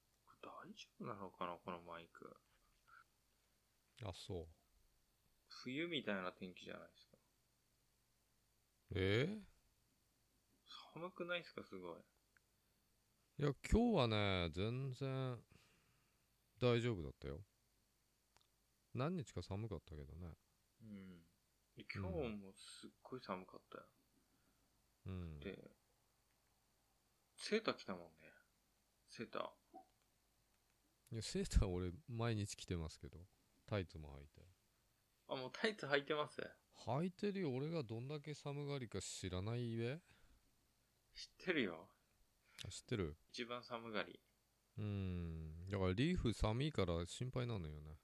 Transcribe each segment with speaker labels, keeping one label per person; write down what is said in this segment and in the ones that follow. Speaker 1: 丈夫なのかな、このマイク。
Speaker 2: あ、そう。
Speaker 1: 冬みたいな天気じゃないですか。
Speaker 2: えー
Speaker 1: 寒くないですか、すごい。
Speaker 2: いや、今日はね、全然大丈夫だったよ。何日か寒かったけどね。
Speaker 1: うん。で今日もすっごい寒かったよ。
Speaker 2: うん。
Speaker 1: で、セーター着たもんね。セータ
Speaker 2: いや、セーター俺、毎日着てますけど。タイツも履いて。
Speaker 1: ー。あ、もうタイツ履いてます
Speaker 2: 履いてるよ。俺がどんだけ寒がりか知らないゆ
Speaker 1: 知ってるよ。
Speaker 2: あ知ってる
Speaker 1: 一番寒がり。
Speaker 2: うん。だから、リーフ寒いから心配なのよね。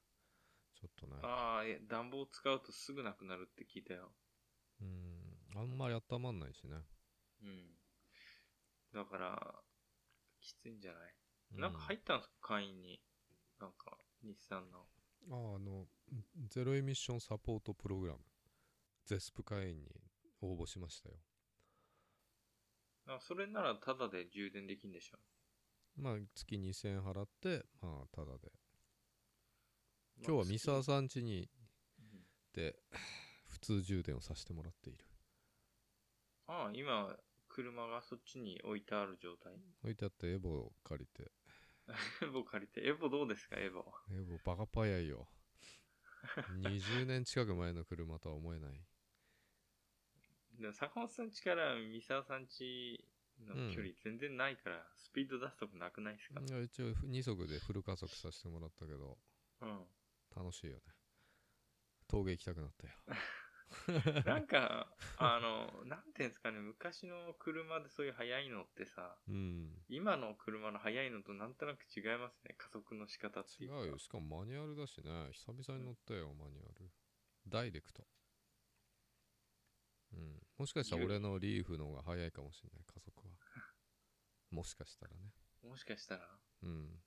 Speaker 2: ちょっとね。
Speaker 1: ああ、え、暖房使うとすぐなくなるって聞いたよ。
Speaker 2: うん。あんまり温まんないしね。
Speaker 1: うん。だから、きついんじゃない
Speaker 2: うん
Speaker 1: なんか入ったんですか、会員に。なんか、日産の。
Speaker 2: ああのゼロエミッションサポートプログラムゼスプ会員に応募しましたよ
Speaker 1: あそれならタダで充電できんでしょ。
Speaker 2: まあ月2000円払ってまあただで今日は三沢
Speaker 1: さ
Speaker 2: さん家に
Speaker 1: ん。
Speaker 2: で普通充電をさせてもらっている
Speaker 1: ああ、今、車がそっちに置いてある状態。
Speaker 2: 置いてあってエボを借りて
Speaker 1: エボ借りて。エボどうですか、エボ。
Speaker 2: エボバカ早いよ20年近く前の車とは思えない
Speaker 1: でも坂本さん家から三沢さん家の距離全然ないから、スピード出すとこなくないですか
Speaker 2: いや一応2足でフル加速させてもらったけど
Speaker 1: うん。楽
Speaker 2: 楽しいよね峠行きたくなったよ
Speaker 1: なんか、あの、なんていうんですかね、昔の車でそういう速いのってさ、
Speaker 2: うん
Speaker 1: 今の車の速いのとなんとなく違いますね、加速の仕方って
Speaker 2: 違
Speaker 1: いうか。
Speaker 2: うよしかもマニュアルだしね久々に乗ったよマニュアルダイレクトうんもしかしたら俺のリーフの方が早いかもしれない加速はもしかしたらね
Speaker 1: もしかしたら。
Speaker 2: うん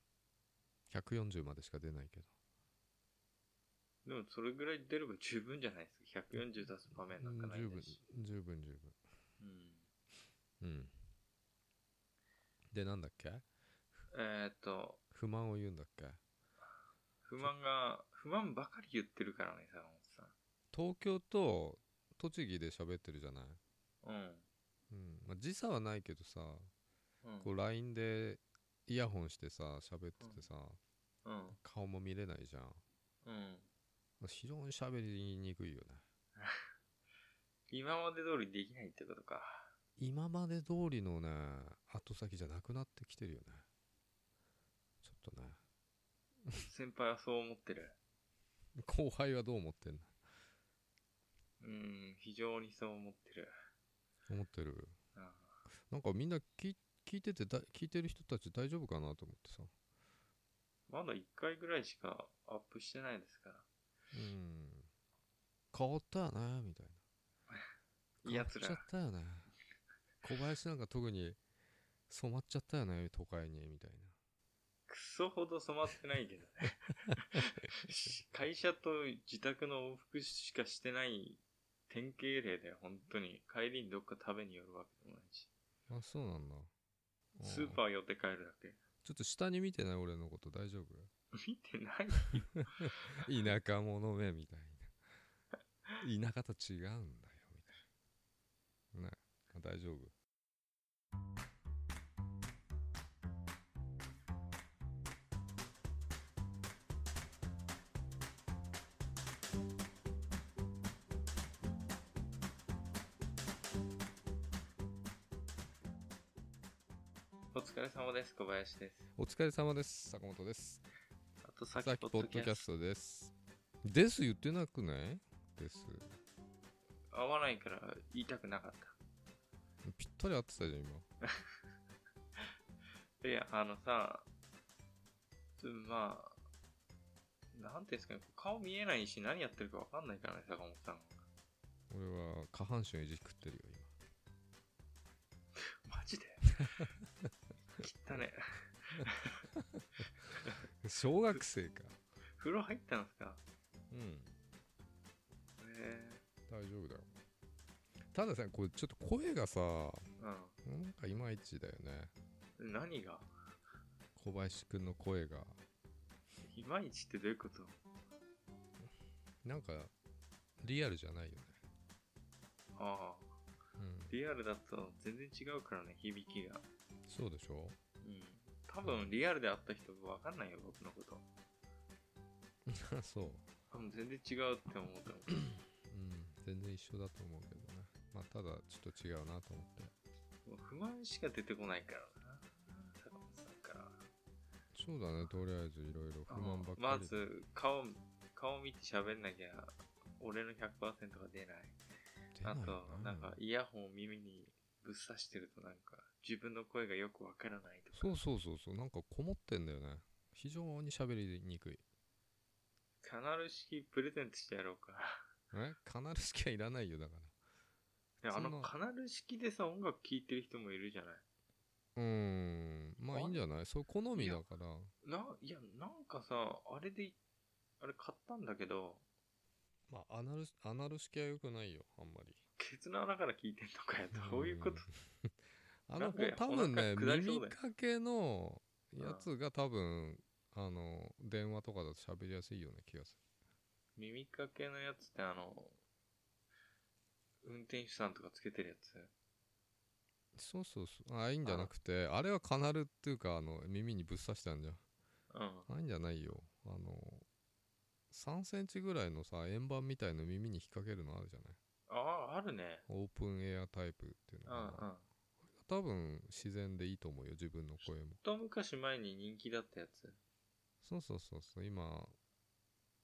Speaker 2: 140までしか出ないけど
Speaker 1: でもそれぐらい出れば十分じゃないですか。140出す場面なんかな
Speaker 2: 十
Speaker 1: い
Speaker 2: 分
Speaker 1: ですし。
Speaker 2: 十分十分
Speaker 1: うん。
Speaker 2: うんでなんだっけ
Speaker 1: えーっと、
Speaker 2: 不満を言うんだっけ
Speaker 1: 不満が、不満ばかり言ってるからね、坂本さん。
Speaker 2: 東京と栃木で喋ってるじゃない、
Speaker 1: うん。
Speaker 2: うんまあ、時差はないけどさ
Speaker 1: うん。
Speaker 2: こう LINE でイヤホンしてさ喋っててさ、
Speaker 1: うん。
Speaker 2: 顔も見れないじゃん
Speaker 1: うん。
Speaker 2: 非常に喋りにくいよね
Speaker 1: 今まで通りできないってことか。
Speaker 2: 今まで通りのね後先じゃなくなってきてるよねちょっとね
Speaker 1: 先輩はそう思ってる。
Speaker 2: 後輩はどう思ってんの
Speaker 1: うん、非常にそう思ってる。
Speaker 2: 思ってる
Speaker 1: うん
Speaker 2: なんかみんな聞聞いててだ聞いてる人たち大丈夫かなと思ってさ
Speaker 1: まだ1回ぐらいしかアップしてないですから。
Speaker 2: うん変わったよねみたいな
Speaker 1: やつら
Speaker 2: 変わっ。ちゃったよね小林なんか特に染まっちゃったよね都会にみたいな
Speaker 1: クソほど染まってないけどね。し会社と自宅の往復しかしてない典型例で、本当に。帰りにどっか食べに寄るわけでもないし。
Speaker 2: あそうなんだ
Speaker 1: スー
Speaker 2: ー
Speaker 1: パー寄って帰るだけ。
Speaker 2: ちょっと下に見てない俺のこと大丈夫
Speaker 1: 見てない
Speaker 2: 田舎者めみたいな田舎と違うんだよみたいなねあ大丈夫
Speaker 1: お疲れ様です、小林です。
Speaker 2: お疲れ様です坂本です
Speaker 1: あとさ
Speaker 2: さ
Speaker 1: っ
Speaker 2: っ
Speaker 1: き
Speaker 2: き
Speaker 1: ポ
Speaker 2: ポ
Speaker 1: ッ
Speaker 2: ッ
Speaker 1: ド
Speaker 2: ド
Speaker 1: キ
Speaker 2: キ
Speaker 1: ャ
Speaker 2: ャ
Speaker 1: ス
Speaker 2: ストですです言ってなくないです
Speaker 1: ト。合わないから言いたくなかった。
Speaker 2: ぴったり合ってたじゃん今
Speaker 1: いや、あのさ、うんまあ、なんていうんですかね、顔見えないし何やってるかわかんないからね、坂本さんは。
Speaker 2: 俺は下半身をいじくってるよ
Speaker 1: マジで汚ね。
Speaker 2: 今小学生か
Speaker 1: 風呂入ったんですか
Speaker 2: うん
Speaker 1: え
Speaker 2: 大丈夫だよたださこれちょっと声がさ
Speaker 1: えー、
Speaker 2: なんかいまいちだよね
Speaker 1: うん。何が
Speaker 2: 小林くんの声が
Speaker 1: いまいちってどういうこと
Speaker 2: なんかリアルじゃないよね、
Speaker 1: ああ、
Speaker 2: うん、
Speaker 1: リアルだと全然違うからね、響きが。
Speaker 2: そうでしょ
Speaker 1: うん。多分リアルで会った人わかんないよ、僕のこと。
Speaker 2: あそう、
Speaker 1: 多分全然違うって思うと思う。
Speaker 2: うん、全然一緒だと思うけどねまあただちょっと違うなと思って
Speaker 1: もう不満しか出てこないからな。高松さんからは。
Speaker 2: そうだねとりあえずいろいろ不満ばっか
Speaker 1: ま
Speaker 2: り
Speaker 1: ず、顔、顔見て喋んなきゃ、俺の100%が出ない。
Speaker 2: 出な
Speaker 1: あ
Speaker 2: いよ
Speaker 1: と、なんか、イヤホンを耳にぶっ刺してるとなんか、自分の声がよくわからないとか。
Speaker 2: そうそうそうそうなんかこもってんだよね非常に喋りにくい
Speaker 1: カナル式プレゼントしてやろうか。
Speaker 2: えカナル式はいらないよだか
Speaker 1: いやあ
Speaker 2: そんな
Speaker 1: の、カナル式でさ、音楽聴いてる人もいるじゃない。
Speaker 2: らうーんまあ
Speaker 1: あ
Speaker 2: いいんじゃないそう好みだから
Speaker 1: な、いや、なんかさ、あれで、あれ買ったんだけど、
Speaker 2: まあアナルアナル式は良くないよあんまり
Speaker 1: ケツの穴から聞いてんのかよ。どういうこと
Speaker 2: あの
Speaker 1: なんかや
Speaker 2: 多分ね
Speaker 1: お腹下りそう
Speaker 2: 耳
Speaker 1: だよ
Speaker 2: かけのやつが多分あの電話とかだと喋りやすいような気がす
Speaker 1: 耳かけのやつってあの、運転手さんとかつけてるやつ。
Speaker 2: るそうそうそうあいいんじゃなくてあれはカナルっていうかあの耳にぶっ刺したんじゃん
Speaker 1: うん。
Speaker 2: ないんじゃないよあの3センチぐらいのさ円盤みたいの耳に引っ掛けるのあるじゃない
Speaker 1: ああ、あるね。
Speaker 2: オープンエアタイプっていうの
Speaker 1: う
Speaker 2: か
Speaker 1: んう、。
Speaker 2: なん多分自然でいいと思うよ自分の声も
Speaker 1: 一昔前に人気だったやつ。
Speaker 2: そうそうそうそう今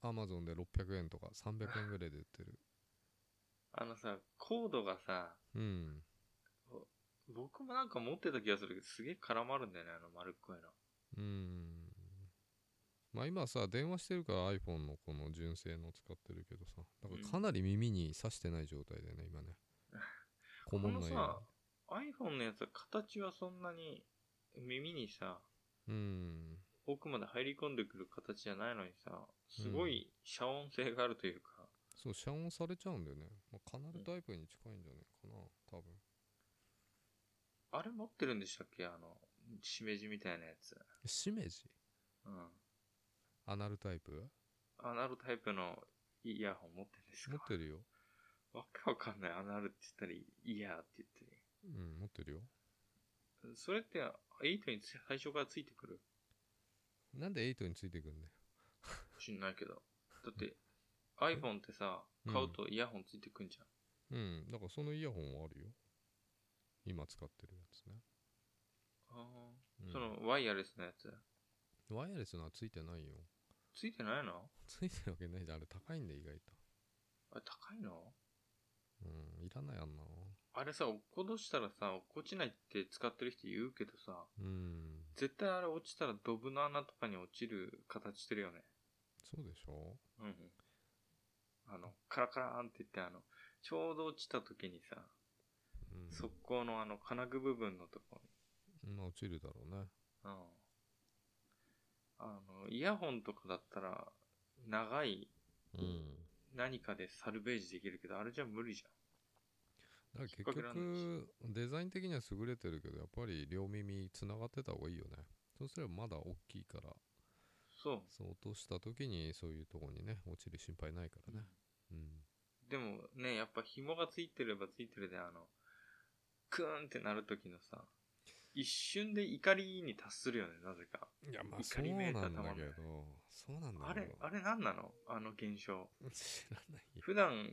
Speaker 2: アマゾンで600円とか300円ぐらいで売ってる
Speaker 1: あのさ、コードがさ、
Speaker 2: うん
Speaker 1: 僕もなんか持ってた気がするけど、すげえ絡まるんだよね、あの丸っこいの。
Speaker 2: うんまあ今さ電話してるから iPhone のこの純正の使ってるけどさだからかなり耳に刺してない状態だよね今 ねこもんないよ
Speaker 1: このさ、iPhone のやつは形はそんなに耳にさ、
Speaker 2: うにうん
Speaker 1: 奥まで入り込んでくる形じゃないのにさ、すごい遮音性があるというか、
Speaker 2: そう遮音されちゃうんだよね、まあ、カナルタイプに近いんじゃないかな多分
Speaker 1: あれ持ってるんでしたっけあの、しめじみたいなやつ。
Speaker 2: しめじ
Speaker 1: うん。
Speaker 2: アナルタイプ
Speaker 1: アナルタイプのイヤホン持ってるんですか
Speaker 2: 持ってるよ
Speaker 1: わけわかんない。アナルって言ったり、イヤーって言った
Speaker 2: うん持ってるよ
Speaker 1: り。それって、8につ最初からついてくる
Speaker 2: なんで8についてくんだよ
Speaker 1: 知んないけど。だって、iPhone ってさ、
Speaker 2: うん
Speaker 1: 買うとイヤホンついてくんじゃん。
Speaker 2: うんだからそのイヤホンはあるよ今使ってるやつね、
Speaker 1: あ
Speaker 2: う
Speaker 1: ー
Speaker 2: ん
Speaker 1: その、ワイヤレスのやつ。
Speaker 2: ワイヤレスのはついてないよ
Speaker 1: ついてないの
Speaker 2: ついてるわけないじゃんあれ高いんで意外と
Speaker 1: あれ高いの
Speaker 2: うんいらないあんなの
Speaker 1: あれさ、落っことしたらさ、落っこちないって使ってる人言うけどさ、
Speaker 2: うん
Speaker 1: 絶対あれ落ちたらドブの穴とかに落ちる形してるよね。
Speaker 2: そうでしょ
Speaker 1: うんうん。あの、カラカラーンって言って、あの、ちょうど落ちた時にさ、
Speaker 2: うん
Speaker 1: 速攻のあの、金具部分のとこ
Speaker 2: まあ落ちるだろうね
Speaker 1: に。うん。あの、イヤホンとかだったら、長い
Speaker 2: うん
Speaker 1: 何かでサルベージできるけど、あれじゃ無理じ
Speaker 2: だから結
Speaker 1: 引っ掛けらんない
Speaker 2: 局デザイン的には優れてるけどやっぱり両耳つながってた方がいいよねそうすればまだ大きいか
Speaker 1: ゃ
Speaker 2: ら
Speaker 1: ん。
Speaker 2: そう落とした時にそういうとこにね落ちる心配ないからねうん
Speaker 1: そう。でもね、やっぱ紐がついてればついてるで、あの、クーンってなる時のさ、一瞬で怒りに達するよね、なぜか。
Speaker 2: いやまあ
Speaker 1: あ
Speaker 2: そう
Speaker 1: 怒
Speaker 2: な
Speaker 1: りめ
Speaker 2: ん
Speaker 1: い
Speaker 2: だ
Speaker 1: た
Speaker 2: け
Speaker 1: たまんない
Speaker 2: どそうなんだ
Speaker 1: あ
Speaker 2: け
Speaker 1: れ
Speaker 2: ど、
Speaker 1: あれ何なのあの現象。
Speaker 2: 知らないよ
Speaker 1: 普段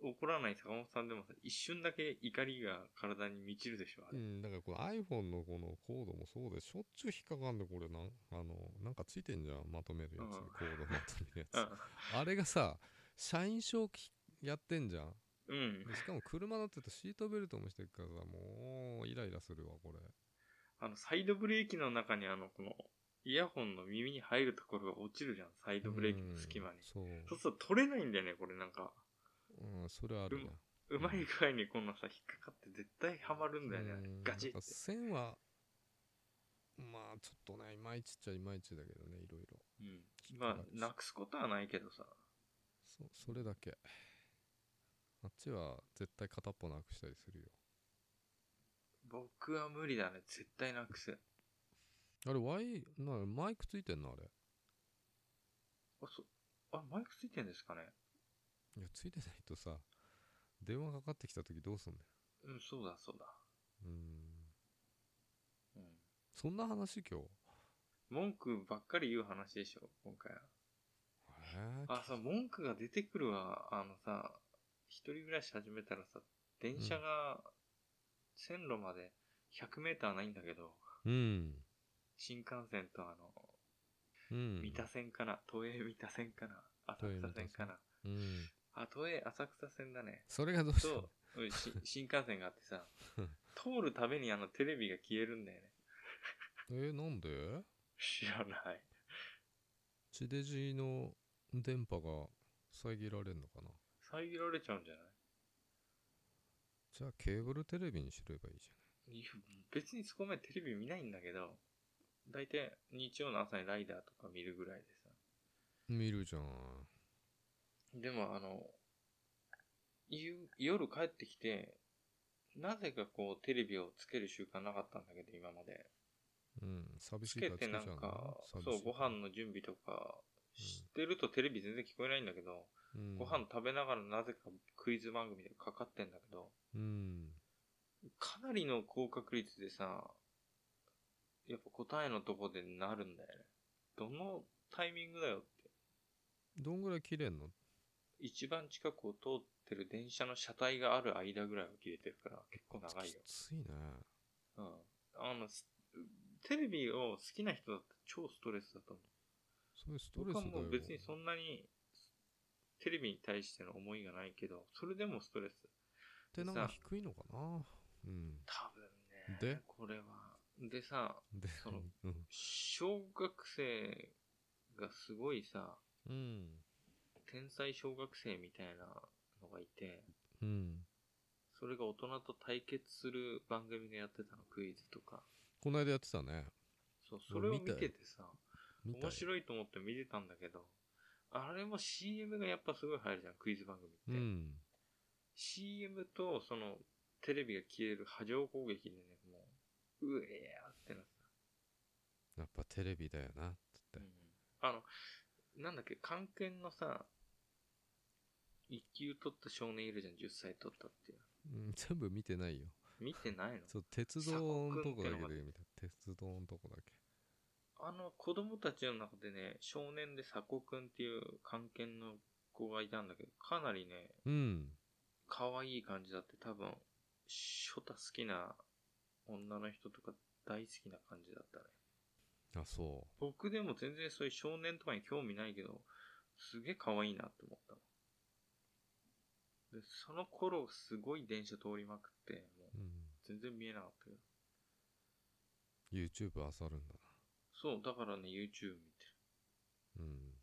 Speaker 1: 怒らない坂本さんでもさ、一瞬だけ怒りが体に満ちるでしょ、あ
Speaker 2: う
Speaker 1: れ。
Speaker 2: んだからこの iPhone のこのコードもそうでしょっちゅう引っかかんでこれなんあのなんかついてんじゃんまとめるや
Speaker 1: う
Speaker 2: つ、
Speaker 1: ん
Speaker 2: コードまとめる
Speaker 1: う
Speaker 2: やつあれがさ社員証きやってんじゃん
Speaker 1: ん。うん。
Speaker 2: でしかも車乗ってるとシートベルトもしてるからさもうイライラするわこれ
Speaker 1: あの、サイドブレーキの中にあの、この、イヤホンの耳に入るところが落ちるじゃん、サイドブレーキの隙間に
Speaker 2: うん。そう、
Speaker 1: そうすると取れないんだよね、これなんか。
Speaker 2: うん、それあるね
Speaker 1: うまい具合にこのさ、引っかかって絶対ハマるんだよね、あれ
Speaker 2: うん
Speaker 1: ガチって
Speaker 2: なんか。線はまあちょっとねいまいちっちゃいまいちだけどねいろいろ
Speaker 1: うん。まあ、なくすことはないけどさ。
Speaker 2: そそれだけあっちは絶対片っぽなくしたりするよ
Speaker 1: 僕は無理だね、絶対なくす。
Speaker 2: あれ、ワイ、な、マイクついてんのあれ。
Speaker 1: あ、そ、あ、マイクついてんですかね
Speaker 2: いや、ついてないとさ、電話かかってきた時どうすんだよ。
Speaker 1: うん、そうだ、そうだ。
Speaker 2: うーん。
Speaker 1: うん。
Speaker 2: そんな話今日。
Speaker 1: 文句ばっかり言う話でしょ、今回は。
Speaker 2: えー
Speaker 1: あ、さ、文句が出てくるわ。あのさ、一人暮らし始めたらさ、電車が線路まで100メーターないんだけど、
Speaker 2: うん。
Speaker 1: 新幹線とあの、
Speaker 2: うん。
Speaker 1: 三田線かな、都営三田線かな、浅草線かな。
Speaker 2: うん。
Speaker 1: あ、都営浅草線だ ね。
Speaker 2: それがどうしたの
Speaker 1: と、うん し新幹線があってさ
Speaker 2: うん、
Speaker 1: 通るたびにあのテレビが消えるんだよね。
Speaker 2: えーなんで
Speaker 1: 知らない。
Speaker 2: 地デジの電波が遮られんのかな
Speaker 1: 遮られちゃうんじゃない
Speaker 2: じゃあケーブルテレビにすればいいじ
Speaker 1: いや別にそこまでテレビ見ないんだけど、大体日曜の朝にライダーとか見るぐらいでさ。
Speaker 2: ゃん。見るじゃん。
Speaker 1: でもあの、夕夜帰ってきて、なぜかこうテレビをつける習慣なかったんだけど、今まで。
Speaker 2: うん。寂
Speaker 1: つ
Speaker 2: しい
Speaker 1: け
Speaker 2: から
Speaker 1: て
Speaker 2: ちゃ
Speaker 1: な
Speaker 2: うんの
Speaker 1: か、
Speaker 2: 寂
Speaker 1: そ
Speaker 2: し
Speaker 1: う、
Speaker 2: い
Speaker 1: ご飯の準備とか、してるとテレビ全然聞こえないんだけど、
Speaker 2: うん
Speaker 1: ご飯食べながらなぜかクイズ番組でかかってんだけど、
Speaker 2: うん。
Speaker 1: かなりの高確率でさ、やっぱ答えのとこでなるんだよね。どのタイミングだよって。
Speaker 2: どんぐらい切れんの
Speaker 1: 一番近くを通ってる電車の車体がある間ぐらいは切れてるから、結構長いよ
Speaker 2: き。ついね。
Speaker 1: うん。あの、すテレビを好きな人だったら超ストレスだと思う。
Speaker 2: それストレ
Speaker 1: 僕
Speaker 2: スだ
Speaker 1: は
Speaker 2: よ。
Speaker 1: もう別にそんなに、テレビに対しての思いがないけど、それでもストレス。
Speaker 2: ってなんか低いのかなうん。
Speaker 1: 多分ね。
Speaker 2: で
Speaker 1: これは。でさ、
Speaker 2: で、
Speaker 1: その
Speaker 2: うん。
Speaker 1: 小学生がすごいさ、
Speaker 2: うん。
Speaker 1: 天才小学生みたいなのがいて、
Speaker 2: うん。
Speaker 1: それが大人と対決する番組でやってたの、クイズとか。
Speaker 2: この間やってたね。
Speaker 1: そう、それを見
Speaker 2: 見た
Speaker 1: て
Speaker 2: よ
Speaker 1: てさ、
Speaker 2: 見たよ
Speaker 1: 面白いと思って見てたんだけど、あれも CM がやっぱすごい入るじゃん、クイズ番組って。
Speaker 2: うん。
Speaker 1: CM と、その、テレビが消える波状攻撃でね、もう、うえーってなって
Speaker 2: やっぱテレビだよな。
Speaker 1: た。あの、なんだっけ、関係のさ、一級取った少年いるじゃん、10歳取ったっていう。
Speaker 2: うん、全部見てないよ。
Speaker 1: 見てないの
Speaker 2: そう、鉄道のとこだ
Speaker 1: 鎖国って
Speaker 2: け
Speaker 1: のが
Speaker 2: で見た。鉄道のとこだけ。
Speaker 1: あの子供たちの中でね、少年で佐古くんっていう関係の子がいたんだけど、かなりね、
Speaker 2: うん。
Speaker 1: 可愛い感じだって多分、ショタ好きな女の人とか大好きな感じだったね。
Speaker 2: あ、そ
Speaker 1: 僕でも全然そういう少年とかに興味ないけど、すげえ可愛いなって思ったの。で、その頃すごい電車通りまくって、もう
Speaker 2: う。うん。
Speaker 1: 全然見えなかったけど。
Speaker 2: YouTube あさるんだ
Speaker 1: そう、だからね、YouTube 見てる。
Speaker 2: な。うん。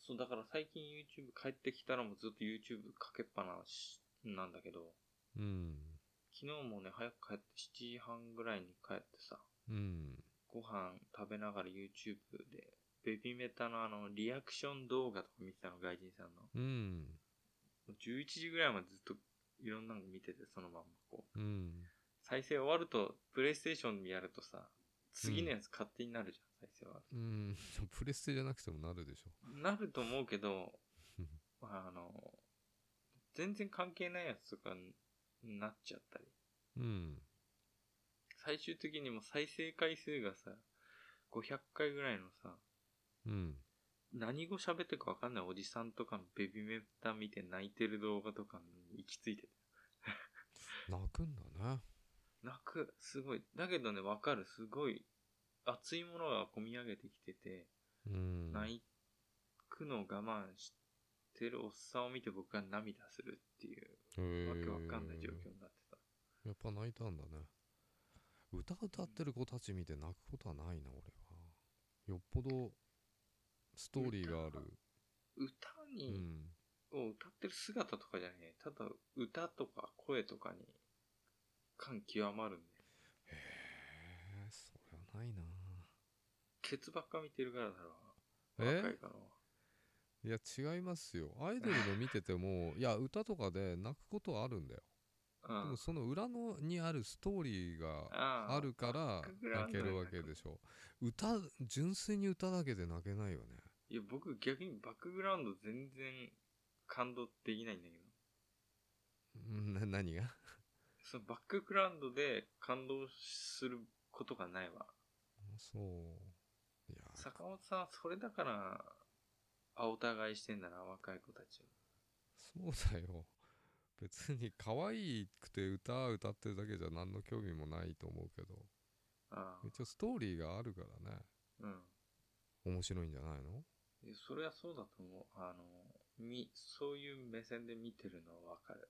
Speaker 1: そう、だから最近 YouTube 帰ってきたらもうずっと YouTube かけっぱなしなんだけど、
Speaker 2: うん。
Speaker 1: 昨日もね、早く帰って7時半ぐらいに帰ってさ、
Speaker 2: うん。
Speaker 1: ご飯食べながら YouTube で、ベビメタのあの、リアクション動画とか見てたの、外人さんの。
Speaker 2: うん。
Speaker 1: 11時ぐらいまでずっといろんなの見てて、そのまんまこう。
Speaker 2: うん。
Speaker 1: 再生終わると、プレイステーションでやるとさ、次のやつ勝手になるじゃん、再生は。
Speaker 2: うん。 プレステじゃなくてもなるでしょ。
Speaker 1: なると思うけど
Speaker 2: うん、
Speaker 1: あの、全然関係ないやつとかになっちゃったり、
Speaker 2: うん。
Speaker 1: 最終的にもう再生回数がさ、500回ぐらいのさ、
Speaker 2: うん。
Speaker 1: 何語喋ってるかわかんないおじさんとかのベビメタ見て泣いてる動画とかに行き着いてて
Speaker 2: 泣くんだね。
Speaker 1: 泣く、すごい。だけどね、わかる、すごい。熱いものが込み上げてきてて、
Speaker 2: うん。
Speaker 1: 泣くのを我慢してるおっさんを見て僕は涙するっていう。
Speaker 2: へー
Speaker 1: わけわかんない状況になってた。
Speaker 2: やっぱ泣いたんだね。歌歌ってる子たち見て泣くことはないな、俺は。よっぽどストーリーがある。
Speaker 1: 歌
Speaker 2: う
Speaker 1: に、
Speaker 2: ん。
Speaker 1: を歌ってる姿とかじゃねえ。ただ、歌とか声とかに感極まるんで。
Speaker 2: へえ、そりゃないな。
Speaker 1: ケツばっか見てるからだろう。
Speaker 2: え
Speaker 1: 若いからは。
Speaker 2: いや、違いますよ。アイドルの見てても、いや、歌とかで泣くことはあるんだよ。
Speaker 1: う
Speaker 2: でも
Speaker 1: ん。
Speaker 2: その裏のにあるストーリーが
Speaker 1: あー
Speaker 2: あるから
Speaker 1: バックグラウ
Speaker 2: 泣
Speaker 1: ン
Speaker 2: け
Speaker 1: ドに
Speaker 2: るわけでしょ歌純粋に歌だけで泣けないよね
Speaker 1: いや、僕逆にバックグラウンド全然感動できないんだけど。
Speaker 2: うんな何が
Speaker 1: そのバックグラウンドで感動することがないわ。
Speaker 2: そういや
Speaker 1: 坂本さんはそれだから、青たがいしてんだな、若い子たちを。
Speaker 2: そうだよ別に可愛くて歌歌ってるだけじゃ何の興味もないと思うけど
Speaker 1: ああ
Speaker 2: 一応ストーリーがあるからね
Speaker 1: うん。
Speaker 2: 面白いんじゃないの
Speaker 1: いやそれはそうだと思う。あの、み、そういう目線で見てるのはわかる。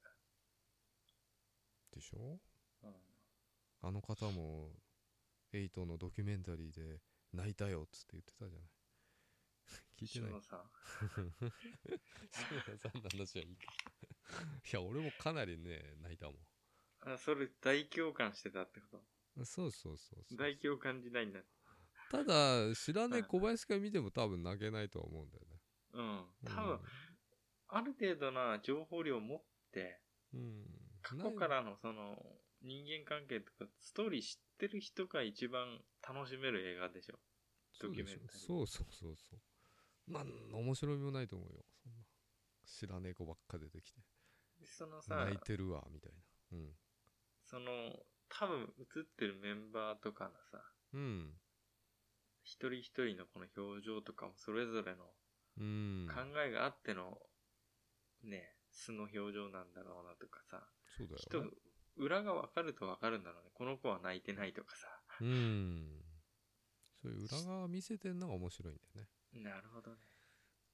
Speaker 2: でしょ
Speaker 1: うん。
Speaker 2: あの方もエイトのドキュメンタリーで泣いたよっつって言ってたじゃない聞いてない
Speaker 1: 篠さん。
Speaker 2: 志村さんの話はいいかいや俺もかなりね泣いたも
Speaker 1: あ、それ大共感してたってこ
Speaker 2: んそうそうそう
Speaker 1: と
Speaker 2: そう
Speaker 1: 大共感時代になる。
Speaker 2: ただ知らねえ
Speaker 1: うん
Speaker 2: 小林から見ても多分泣けないとは思うんだよね
Speaker 1: うん。多分、ある程度な情報量を持って、
Speaker 2: うん、うん、
Speaker 1: 過去からのその人間関係とかストーリー知ってる人が一番楽しめる映画でしょ。ドキュメンタリー
Speaker 2: そうでしょそうそうそうそうなんの面白みもないと思うよそんな知らねえ子ばっか出てきて
Speaker 1: そのさ
Speaker 2: 泣い、てるわみたいなうん
Speaker 1: その多分映ってるメンバーとかのさ、
Speaker 2: うん
Speaker 1: 一人一人のこの表情とかもそれぞれの
Speaker 2: うん
Speaker 1: 考えがあっての、ね、素の表情なんだろうなとかさ、
Speaker 2: そうだ
Speaker 1: 人
Speaker 2: よね、
Speaker 1: 裏が分かると分かるんだろうね。この子は泣いてないとかさ。
Speaker 2: うんそういう裏側見せてんのが面白いんだよね
Speaker 1: なるほどね。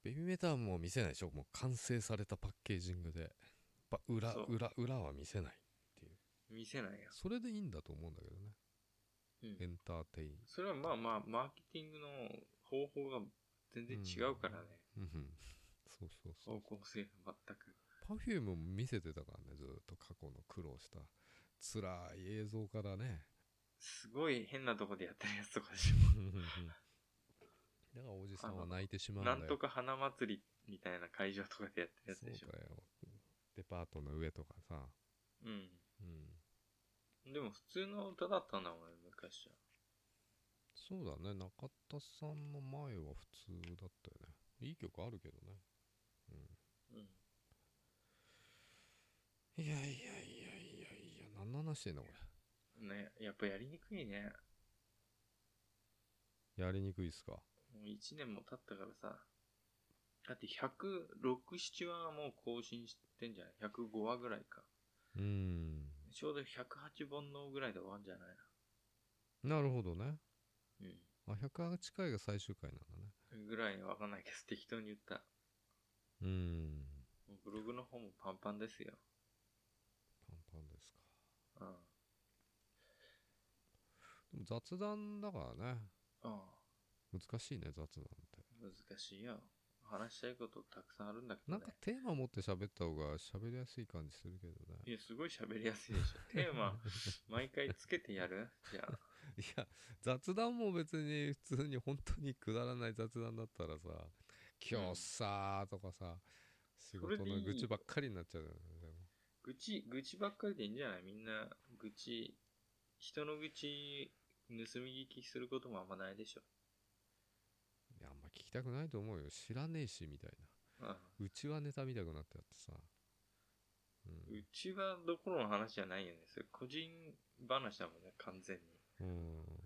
Speaker 2: ベビーメタも見せないでしょもう完成されたパッケージングでやっぱ裏
Speaker 1: そう
Speaker 2: 裏裏は見せない
Speaker 1: 見せないよ。
Speaker 2: それでいいんだと思うんだけどね
Speaker 1: うん
Speaker 2: エンターテイン
Speaker 1: それはまあまあ、マーケティングの方法が全然違うからね。
Speaker 2: うんうんそうそうそう
Speaker 1: 方向性が全く。
Speaker 2: パフュームも見せてたからねずーっと過去の苦労した辛い映像からね
Speaker 1: すごい変なとこでやってるやつとかでし
Speaker 2: うんうんうんだからおじさんは泣いてしま
Speaker 1: ょ。
Speaker 2: うんだ
Speaker 1: な
Speaker 2: よ
Speaker 1: んとか花祭りみたいな会場とかでやってるやつでし
Speaker 2: そ
Speaker 1: ょ
Speaker 2: う。だよデパートの上とかさ
Speaker 1: うん。
Speaker 2: うん
Speaker 1: でも普通の歌だったんだもんね、昔は。
Speaker 2: そうだね中田さんの前は普通だったよねいい曲あるけどねうん
Speaker 1: うん。
Speaker 2: いやいやいやいやいや、何の話してんのこ
Speaker 1: ね、やっぱやりにくいね。
Speaker 2: れ。やりにくいっすか。
Speaker 1: もう1年も経ったからさ。だって106、7話もう更新してんじゃない ?105 話ぐらいか。
Speaker 2: うーん。
Speaker 1: ちょうど108本のぐらいで終わんじゃない
Speaker 2: なるほどね。
Speaker 1: のうん。
Speaker 2: あ、108回が最終回なんだね。
Speaker 1: ぐらいわかんないけど、適当に言った。
Speaker 2: うーん。
Speaker 1: もうブログの方もパンパンですよ。
Speaker 2: パンパンですか。
Speaker 1: うん。あ
Speaker 2: でも雑談だからね。
Speaker 1: あ、
Speaker 2: 難しいね、雑談って。
Speaker 1: 難しいよ。話したいことたくさんあるんだけ
Speaker 2: な
Speaker 1: ど
Speaker 2: ん
Speaker 1: ね
Speaker 2: か。テーマ持って喋った方が喋りやすい感じするけど
Speaker 1: い
Speaker 2: ね。
Speaker 1: や、すごい喋りやすいでし ょ。テーマ、毎回つけてやるじゃあ。
Speaker 2: いや、雑談も別に普通に本当にくだらない雑談だったらさ、今日さーとかさ、仕
Speaker 1: それ
Speaker 2: 事
Speaker 1: でいいよ
Speaker 2: の愚痴ばっかりになっちゃうよね。でも
Speaker 1: 愚痴、愚痴ばっかりでいいんじゃないみんな、愚痴、人の愚痴、盗み聞きすることもあんまないでしょ。
Speaker 2: いやあんま聞きたくないと思うよ知らねえしみたい
Speaker 1: うん。
Speaker 2: なうちはネタ見たくなっちゃってさ、うん
Speaker 1: うちはどころの話じゃないよね。それ個人話だもんね、完全に。
Speaker 2: うん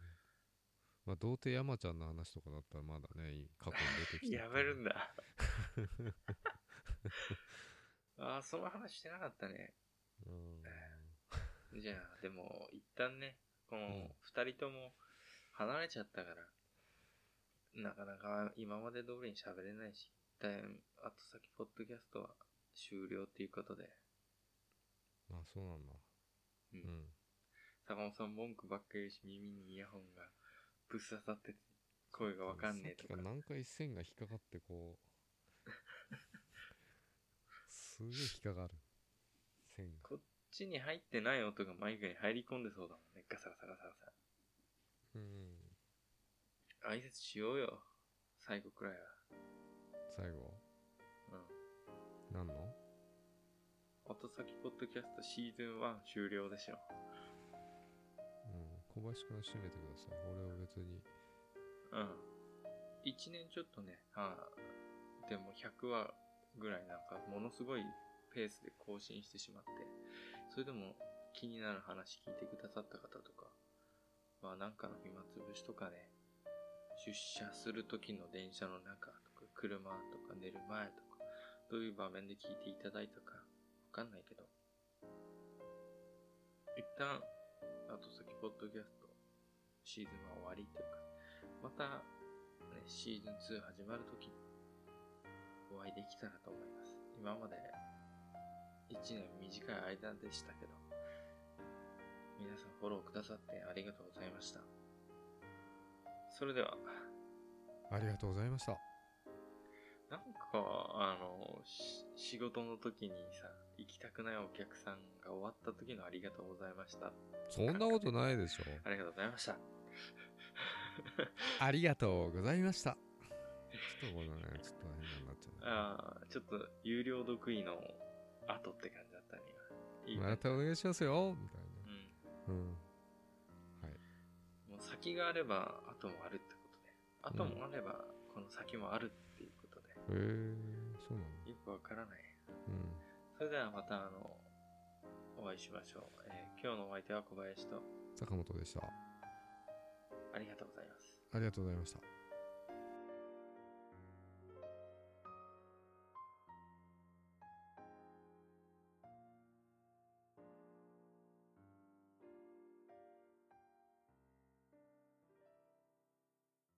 Speaker 2: まあ童貞山ちゃんの話とかだったらまだねいい過去に出てき て
Speaker 1: やめるん だ。ああ、その話してなかったね。
Speaker 2: うん
Speaker 1: じゃあ、でも、一旦ね、こ
Speaker 2: うん
Speaker 1: の二人とも離れちゃったから、なかなか今まで通りに喋れないし、一旦、あと先、ポッドキャストは終了ということで、
Speaker 2: まあそうなんだ
Speaker 1: うん
Speaker 2: うん
Speaker 1: 坂本さん文句ばっかり言うし、耳にイヤホンがぶっ刺さってて、声がわかんねえと
Speaker 2: さっ
Speaker 1: か
Speaker 2: き。ら何回線が引っかかってこうすげえ引っかかる線が
Speaker 1: こっちに入ってない音がマイクに入り込んでそうだもんね。ガサガサガサガサ。
Speaker 2: うん
Speaker 1: 挨拶しようよ。最後くらいは。
Speaker 2: 最後
Speaker 1: うん。
Speaker 2: 何の
Speaker 1: 後先ポッドキャストシーズン1終了でしょ。
Speaker 2: うん、小林くん閉めてください。俺は別に。
Speaker 1: うん。1年ちょっとね、あーでも100話ぐらいなんかものすごいペースで更新してしまって、それでも気になる話聞いてくださった方とかはなんかの暇つぶしとかね、出社する時の電車の中とか車とか寝る前とか、どういう場面で聞いていただいたかわかんないけど、一旦、後先ポッドキャストシーズンは終わりというか、また、ね、シーズン2始まるとき、お会いできたらと思います。今まで、1年短い間でしたけど、皆さんフォローくださってありがとうございました。それでは、
Speaker 2: ありがとうございました。
Speaker 1: なんか、あの、し仕事の時にさ、行きたくないお客さんが終わった時のありがとうございました。
Speaker 2: そんなことないでしょ。
Speaker 1: ありがとうございました。
Speaker 2: ありがとうございました。ちょっとこれね、ちょっと変になっちゃ。
Speaker 1: ああ、ちょっと、有料得意の後って感じだったね。今いういね
Speaker 2: またお願いしますよみたいう
Speaker 1: ん。
Speaker 2: な。うん。
Speaker 1: もう先があれば後もあるってことで、後もあればこの先もあるっていうことで、
Speaker 2: へえー、そうなの
Speaker 1: よくわからない。
Speaker 2: うん。
Speaker 1: それではまたあの、お会いしましょう。えー今日のお相手は小林と
Speaker 2: 坂本でした。
Speaker 1: ありがとうございます。
Speaker 2: ありがとうございました。